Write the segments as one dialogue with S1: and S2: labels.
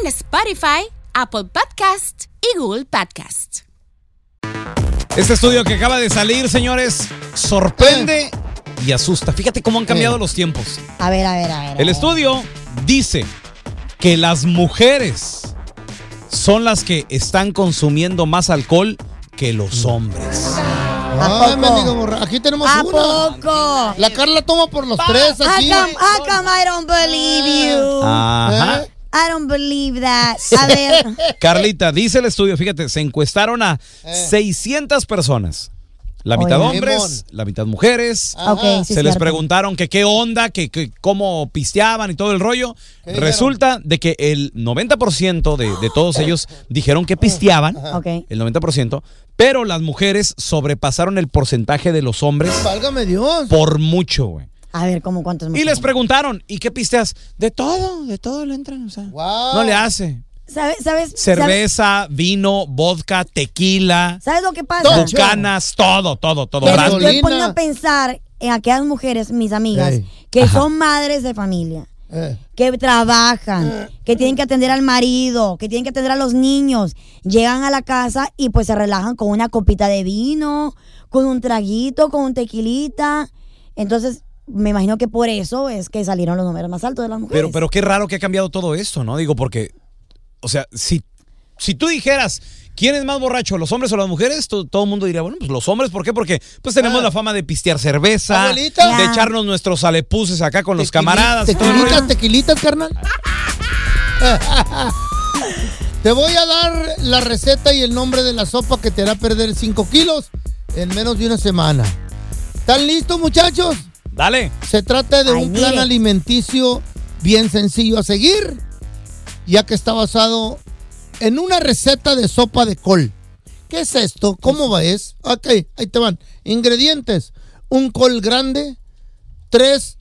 S1: en Spotify, Apple Podcast y Google Podcast.
S2: Este estudio que acaba de salir, señores, sorprende y asusta. Fíjate cómo han cambiado los tiempos.
S3: Oh.
S4: A ver, a ver, a ver. a ver.
S2: El estudio dice que las mujeres son las que están consumiendo más alcohol que los hombres.
S4: ¿A
S3: Ay,
S4: poco?
S3: Ah, mendigo morra. Aquí tenemos
S4: ¿A
S3: una.
S4: poco?
S3: La Carla toma por los tres
S4: How
S3: aquí.
S4: come, how come I don't believe you?
S2: Ajá.
S3: ¿Eh?
S4: I don't believe that. A ver,
S2: Carlita, dice el estudio, fíjate, se encuestaron a
S3: Eh.
S2: 600 personas. La mitad
S4: Oye.
S2: hombres, la mitad mujeres.
S3: Ah,
S4: ok, sí,
S2: se
S4: es
S2: les
S4: cierto.
S2: preguntaron que qué onda, que, que cómo pisteaban y todo el rollo.
S3: ¿Qué dijeron?
S2: Resulta de que el 90% de, de todos ellos dijeron que pisteaban,
S4: Ok.
S2: el 90%, pero las mujeres sobrepasaron el porcentaje de los hombres
S3: Válgame Dios.
S2: por mucho, güey.
S4: A ver, ¿cómo cuántos
S2: Y les
S4: mujeres?
S2: preguntaron, ¿y qué pisteas? De todo, de todo le entran, o sea,
S3: Wow.
S2: no le hace.
S4: ¿Sabe- ¿Sabes? ¿Sabes?
S2: Cerveza, vino, vodka, tequila,
S4: ¿Sabes lo que pasa?
S3: Todo.
S2: bucanas, todo, todo, todo.
S4: Que
S3: Gasolina.
S4: yo me pongo a pensar en aquellas mujeres, mis amigas,
S3: Ey.
S4: que
S2: Ajá.
S4: son madres de familia,
S3: Eh,
S4: que trabajan,
S3: Mm.
S4: que tienen que atender al marido, que tienen que atender a los niños. Llegan a la casa y pues se relajan con una copita de vino, con un traguito, con un tequilita. Entonces, me imagino que por eso es que salieron los números más altos de las mujeres.
S2: Pero,
S3: Pues.
S2: pero qué raro que ha cambiado todo esto, ¿no? Digo, porque, o sea, si, si tú dijeras, ¿quién es más borracho, los hombres o las mujeres? To- todo el mundo diría, bueno, pues los hombres, ¿por qué? Porque pues tenemos
S3: Ah.
S2: la fama de pistear cerveza,
S3: Abuelita.
S2: de
S4: Ya.
S2: echarnos nuestros alepuses acá con los
S3: tequili-
S2: camaradas. y todo el rollo.
S3: Tequilitas, tequilitas, carnal. te voy a dar la receta y el nombre de la sopa que te hará perder 5 kilos en menos de una semana. ¿Están listos, muchachos?
S2: Dale.
S3: Se trata de
S4: Ay,
S3: un
S4: mire.
S3: plan alimenticio bien sencillo a seguir, ya que está basado en una receta de sopa de col. ¿Qué es esto? ¿Cómo va? Es? Ok, ahí te van. Ingredientes: un col grande, 3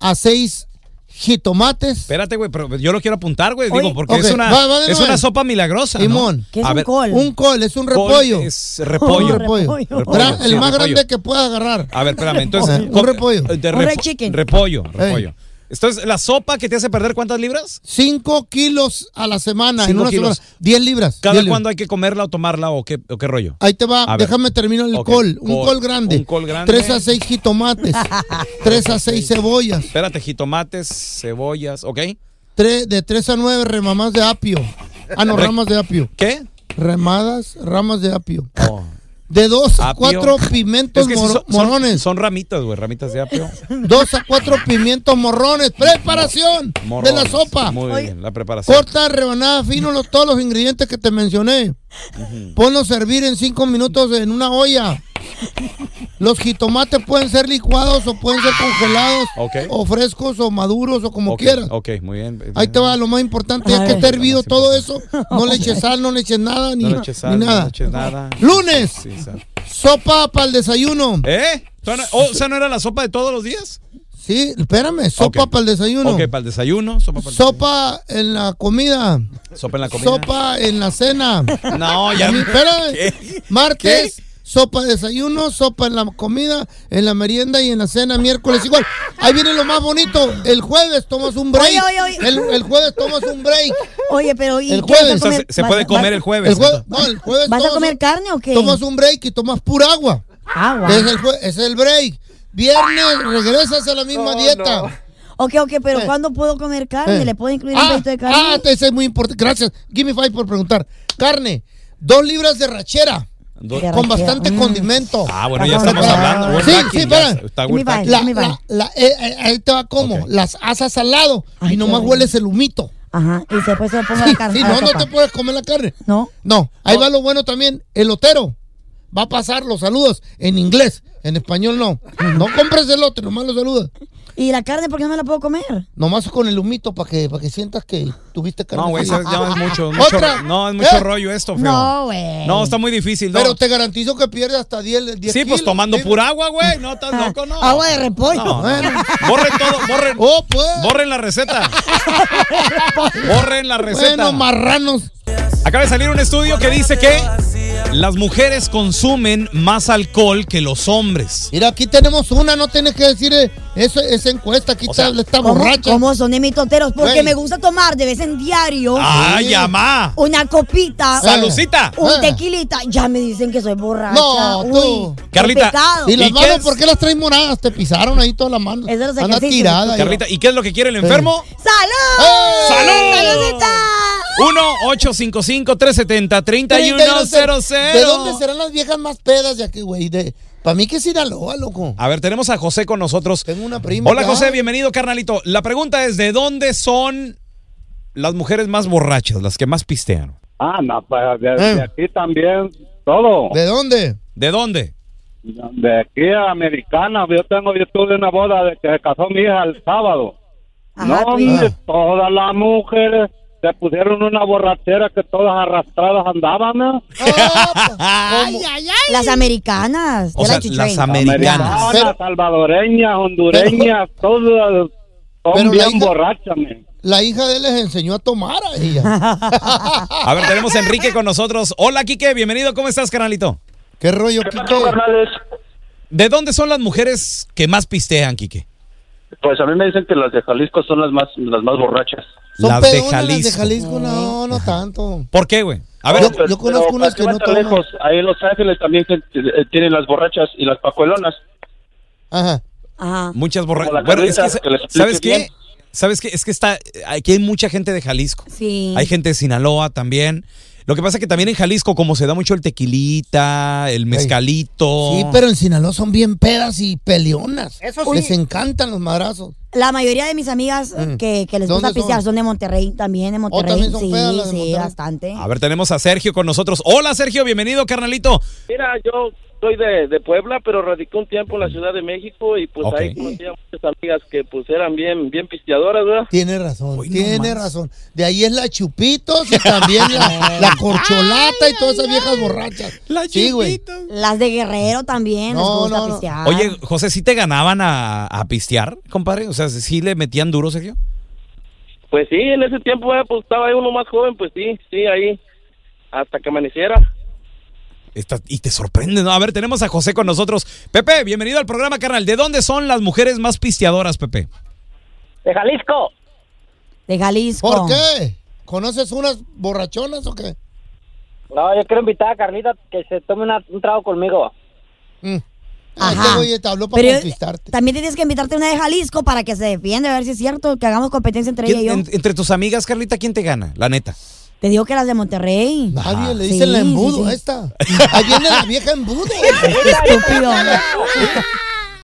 S3: a 6 jitomates.
S2: Espérate, güey, pero yo lo quiero apuntar, güey. Digo,
S4: Oye.
S2: porque
S3: Ok,
S2: es, una,
S3: va, va de
S2: es
S3: nuevo.
S2: una sopa milagrosa. ¿no?
S3: Simón.
S4: ¿Qué es
S2: A
S4: un
S2: ver,
S4: col?
S3: Un col, es un
S2: col
S3: repollo.
S2: Es
S3: Un
S2: repollo.
S3: repollo.
S4: Repollo.
S3: Gra-
S2: Sí,
S3: el más
S2: repollo.
S3: grande que puedas agarrar.
S2: A ver, espérame. Entonces,
S3: Un
S2: com-
S3: repollo.
S2: de
S4: Un
S2: repo-
S4: red chicken.
S2: Repollo, repollo. Entonces, la sopa que te hace perder cuántas libras?
S3: 5 kilos a la semana, en
S2: Cinco
S3: una
S2: kilos.
S3: semana. 10 libras.
S2: ¿Cada
S3: 10 libras.
S2: cuándo hay que comerla o tomarla o qué, o qué rollo?
S3: Ahí te
S2: A
S3: va,
S2: ver.
S3: déjame terminar el
S2: Ok,
S3: col. Un
S2: col.
S3: col, grande.
S2: Un col grande.
S3: Tres a seis jitomates. tres a seis cebollas.
S2: Espérate, jitomates, cebollas, ¿ok?
S3: Tres, de tres a nueve remamas de apio. Ah, no,
S2: Re-
S3: ramas de apio.
S2: ¿Qué?
S3: Remadas, ramas de apio.
S2: Oh.
S3: De dos a
S2: Apio.
S3: cuatro pimentos
S2: Es que sí
S3: moro-
S2: son- son-
S3: morrones.
S2: Son ramitas, güey, ramitas de apio.
S3: Dos a cuatro pimientos morrones. Preparación de la
S2: Morrones.
S3: sopa.
S2: Muy
S4: Oye.
S2: bien, la preparación.
S3: Corta, rebanada, fino los, todos los ingredientes que te mencioné. Ponlos a hervir en cinco minutos en una olla. Los jitomates pueden ser licuados o pueden ser congelados
S2: Ok.
S3: o frescos o maduros o como
S2: Ok,
S3: quieras.
S2: Ok, muy bien.
S3: Ahí te va, lo más importante
S4: A
S3: es que
S4: ver.
S3: esté hervido
S2: Lo más
S3: todo eso. No le eches sal, no le eches nada, ni,
S2: No le eches sal,
S3: ni
S2: no
S3: nada.
S2: le eches nada.
S3: Lunes,
S2: Sí, sal.
S3: sopa para el desayuno.
S2: ¿Eh? ¿Tú no- oh, o sea, ¿no era la sopa de todos los días?
S3: Sí, espérame, sopa
S2: Ok.
S3: para el desayuno.
S2: Ok, para el desayuno, sopa para el
S3: Sopa en la comida.
S2: desayuno, sopa en la comida.
S3: Sopa en la cena.
S2: No, ya.
S3: Mi- espérame.
S2: ¿Qué?
S3: Martes,
S2: ¿Qué?
S3: sopa de desayuno, sopa en la comida, en la merienda y en la cena. Miércoles igual. Ahí viene lo más bonito. El jueves tomas un break.
S4: Oye, oye, oye.
S3: El, el jueves tomas un break.
S4: Oye, pero ¿y
S3: El
S4: qué vas a
S3: jueves.
S2: O sea, se,
S4: comer?
S2: se
S4: ¿Vas
S2: puede
S4: a-
S2: comer
S4: vas-
S2: el jueves.
S3: El jueves,
S2: entonces.
S3: no, el jueves
S4: ¿Vas a
S3: tomas
S4: comer
S3: un-
S4: carne o qué?
S3: Tomas un break y tomas pura agua.
S4: Agua.
S3: Es, el jue- es el break. Viernes regresas a la misma dieta.
S4: Ok, ok, pero
S3: Eh.
S4: ¿cuándo puedo comer carne?
S3: Eh.
S4: ¿Le puedo incluir un
S3: ah,
S4: pedacito de carne?
S3: Ah, eso es muy importante. Gracias. Give me five por preguntar. Carne, dos libras de rachera
S2: Do-
S4: Qué rachera,
S3: con bastante
S4: mm.
S3: condimento.
S2: Ah, bueno, ya
S4: Ah,
S2: estamos
S4: ah,
S2: hablando. We're
S3: sí,
S2: packing, ya
S3: sí, para.
S2: está- está
S4: Give me
S2: we're packing.
S4: five.
S3: La,
S4: Dame,
S3: la,
S4: vale.
S3: la- eh, eh, ahí te va como,
S2: Ok.
S3: las asas al lado
S4: Ay,
S3: y nomás
S4: qué
S3: hueles el humito.
S4: Ajá, y después se lo pongo a la carne.
S3: Sí,
S4: a la
S3: no, no
S4: sopa.
S3: te puedes comer la carne.
S4: No.
S3: No, ahí va lo bueno también, elotero. Va a pasar los saludos en inglés, en español no. No compres elote, nomás los saludos.
S4: ¿Y la carne por qué no me la puedo comer?
S3: Nomás con el humito para que, para que sientas que tuviste carne.
S2: No, güey,
S3: fría.
S2: sabes, no, es mucho, es mucho-
S3: Otra.
S2: no, es mucho
S3: Eh.
S2: rollo esto, feo.
S4: No, güey.
S2: No, está muy difícil, no.
S3: Pero te garantizo que pierdes hasta 10 10
S2: Sí, pues
S3: kilos,
S2: tomando
S3: ¿sí? Ah.
S2: pura agua, güey. No, estás loco, no.
S4: Agua de repollo.
S2: No,
S3: Bueno.
S2: no. Borren todo, borren.
S3: Oh, pues.
S2: Borren la receta. Borren la receta.
S3: Bueno, marranos.
S2: Acaba de salir un estudio que dice que las mujeres consumen más alcohol que los hombres.
S3: Mira, aquí tenemos una, no tienes que decir eh, eso, esa encuesta, aquí está, está
S4: ¿Cómo,
S3: borracha.
S4: cómo son de mis toteros? Porque
S3: Güey.
S4: me gusta tomar de vez en diario
S2: ¡Ay, amá!
S4: una copita,
S3: Sal-
S2: ¡Salucita!
S4: un
S3: Ah.
S4: tequilita. Ya me dicen que soy borracha.
S3: No, tú.
S4: qué
S2: Carlita,
S4: pecado.
S3: ¿Y las
S2: ¿Y qué
S3: manos
S2: es?
S3: por qué las traes moradas? Te pisaron ahí todas las manos.
S4: Es de los
S3: Anda
S4: ejercicios.
S3: tirada. ahí.
S2: Carlita, ¿y qué es lo que quiere el enfermo?
S3: ¡Eh!
S4: ¡Salud!
S2: ¡Salud!
S4: ¡Saludcita!
S2: 1-855-370-3100.
S3: ¿De dónde serán las viejas más pedas de aquí, güey? De... Para mí que es Sinaloa, loco.
S2: A ver, tenemos a José con nosotros.
S3: Tengo una prima.
S2: Hola,
S3: ya.
S2: José, bienvenido, carnalito. La pregunta es: ¿de dónde son las mujeres más borrachas, las que más pistean?
S5: Ah, no, pues de,
S3: Eh.
S5: de aquí también, todo.
S3: ¿De dónde?
S2: ¿De dónde?
S5: De, aquí a Americana, yo tengo, yo tuve una boda de que se casó mi hija el sábado.
S4: Ajá,
S5: no,
S4: tu hija.
S5: hombre, todas las mujeres se pusieron una borrachera que todas arrastradas andaban, ¿no?
S3: Ah, ¿cómo?
S4: Las americanas.
S2: O
S4: de la
S2: sea,
S4: Chichén.
S2: las americanas.
S3: Pero-
S5: salvadoreñas, hondureñas, todas son
S3: Pero la
S5: bien
S3: hija-
S5: borrachas, men.
S3: La hija de él les enseñó a tomar a ella.
S2: A ver, tenemos a Enrique con nosotros. Hola, Quique, bienvenido. ¿Cómo estás, carnalito?
S3: ¿Qué rollo, Kike?
S2: ¿De dónde son las mujeres que más pistean, Quique?
S6: Pues a mí me dicen que las de Jalisco son las más las más borrachas.
S3: ¿Son
S2: Las de
S3: pedonas las de
S2: Jalisco.
S3: Jalisco? No, no tanto.
S2: ¿Por qué, güey? A ver,
S3: Yo- yo conozco
S6: pero
S3: unas
S6: ¿para
S3: que
S6: qué
S3: no
S6: va tan
S3: toman.
S6: lejos? Ahí en Los Ángeles también que, eh, tienen las borrachas y las pacuelonas.
S3: Ajá.
S4: Ajá.
S2: muchas borrachas.
S6: Como la
S2: Bueno, es que,
S6: Carlita, que le explique
S2: ¿sabes qué?
S6: bien.
S2: ¿Sabes qué? Es que está, aquí hay mucha gente de Jalisco.
S4: Sí.
S2: Hay gente de Sinaloa también. Lo que pasa es que también en Jalisco, como se da mucho el tequilita, el mezcalito.
S3: Sí, pero en Sinaloa son bien pedas y peleonas.
S7: Eso sí.
S3: Les encantan los madrazos.
S4: La mayoría de mis amigas eh,
S3: Mm.
S4: que, que les
S3: ¿Dónde
S4: gusta pistear
S3: son? Oh,
S4: son? de Monterrey también, de Monterrey.
S3: también son
S4: sí,
S3: feas las de
S4: sí,
S3: Monterrey.
S4: bastante.
S2: A ver, tenemos a Sergio con nosotros. Hola, Sergio, bienvenido, carnalito.
S6: Mira, yo soy de, de Puebla, pero radicó un tiempo en la Ciudad de México y pues
S2: Ok.
S6: ahí conocí a muchas amigas que pues eran bien bien pisteadoras, ¿verdad?
S3: Tiene razón,
S2: Hoy no
S3: tiene
S2: más.
S3: razón. De ahí es la chupitos y también la, la corcholata y todas esas viejas borrachas. sí, güey.
S4: Las de Guerrero también les
S3: No,
S4: gusta
S3: no, no.
S4: pistear.
S2: Oye, José, ¿sí te ganaban a, a pistear, compadre? O sea, ¿sí le metían duro, Sergio?
S6: Pues sí, en ese tiempo eh, pues estaba ahí uno más joven, pues sí, sí, ahí hasta que amaneciera.
S2: Está- y te sorprende, ¿no? A ver, tenemos a José con nosotros. Pepe, bienvenido al programa, carnal. ¿De dónde son las mujeres más pisteadoras, Pepe?
S7: De Jalisco.
S4: de Jalisco.
S3: ¿Por qué? ¿Conoces unas borrachonas o qué?
S7: No, yo quiero invitar a Carlita que se tome una- un trago conmigo.
S3: Mm. Ah,
S4: Ajá.
S3: Este güey te habló para
S4: Pero,
S3: conquistarte.
S4: eh, También tienes que invitarte una de Jalisco para que se defienda, a ver si es cierto, que hagamos competencia entre ella
S2: ¿Quién-
S4: y yo.
S2: en- entre tus amigas, Carlita, ¿quién te gana? La neta.
S4: Te digo que las de Monterrey.
S3: Nadie le
S4: Ah, Sí,
S3: dice la
S4: sí,
S3: embudo
S4: sí.
S3: a esta. Ahí viene la vieja embudo.
S4: Estúpido.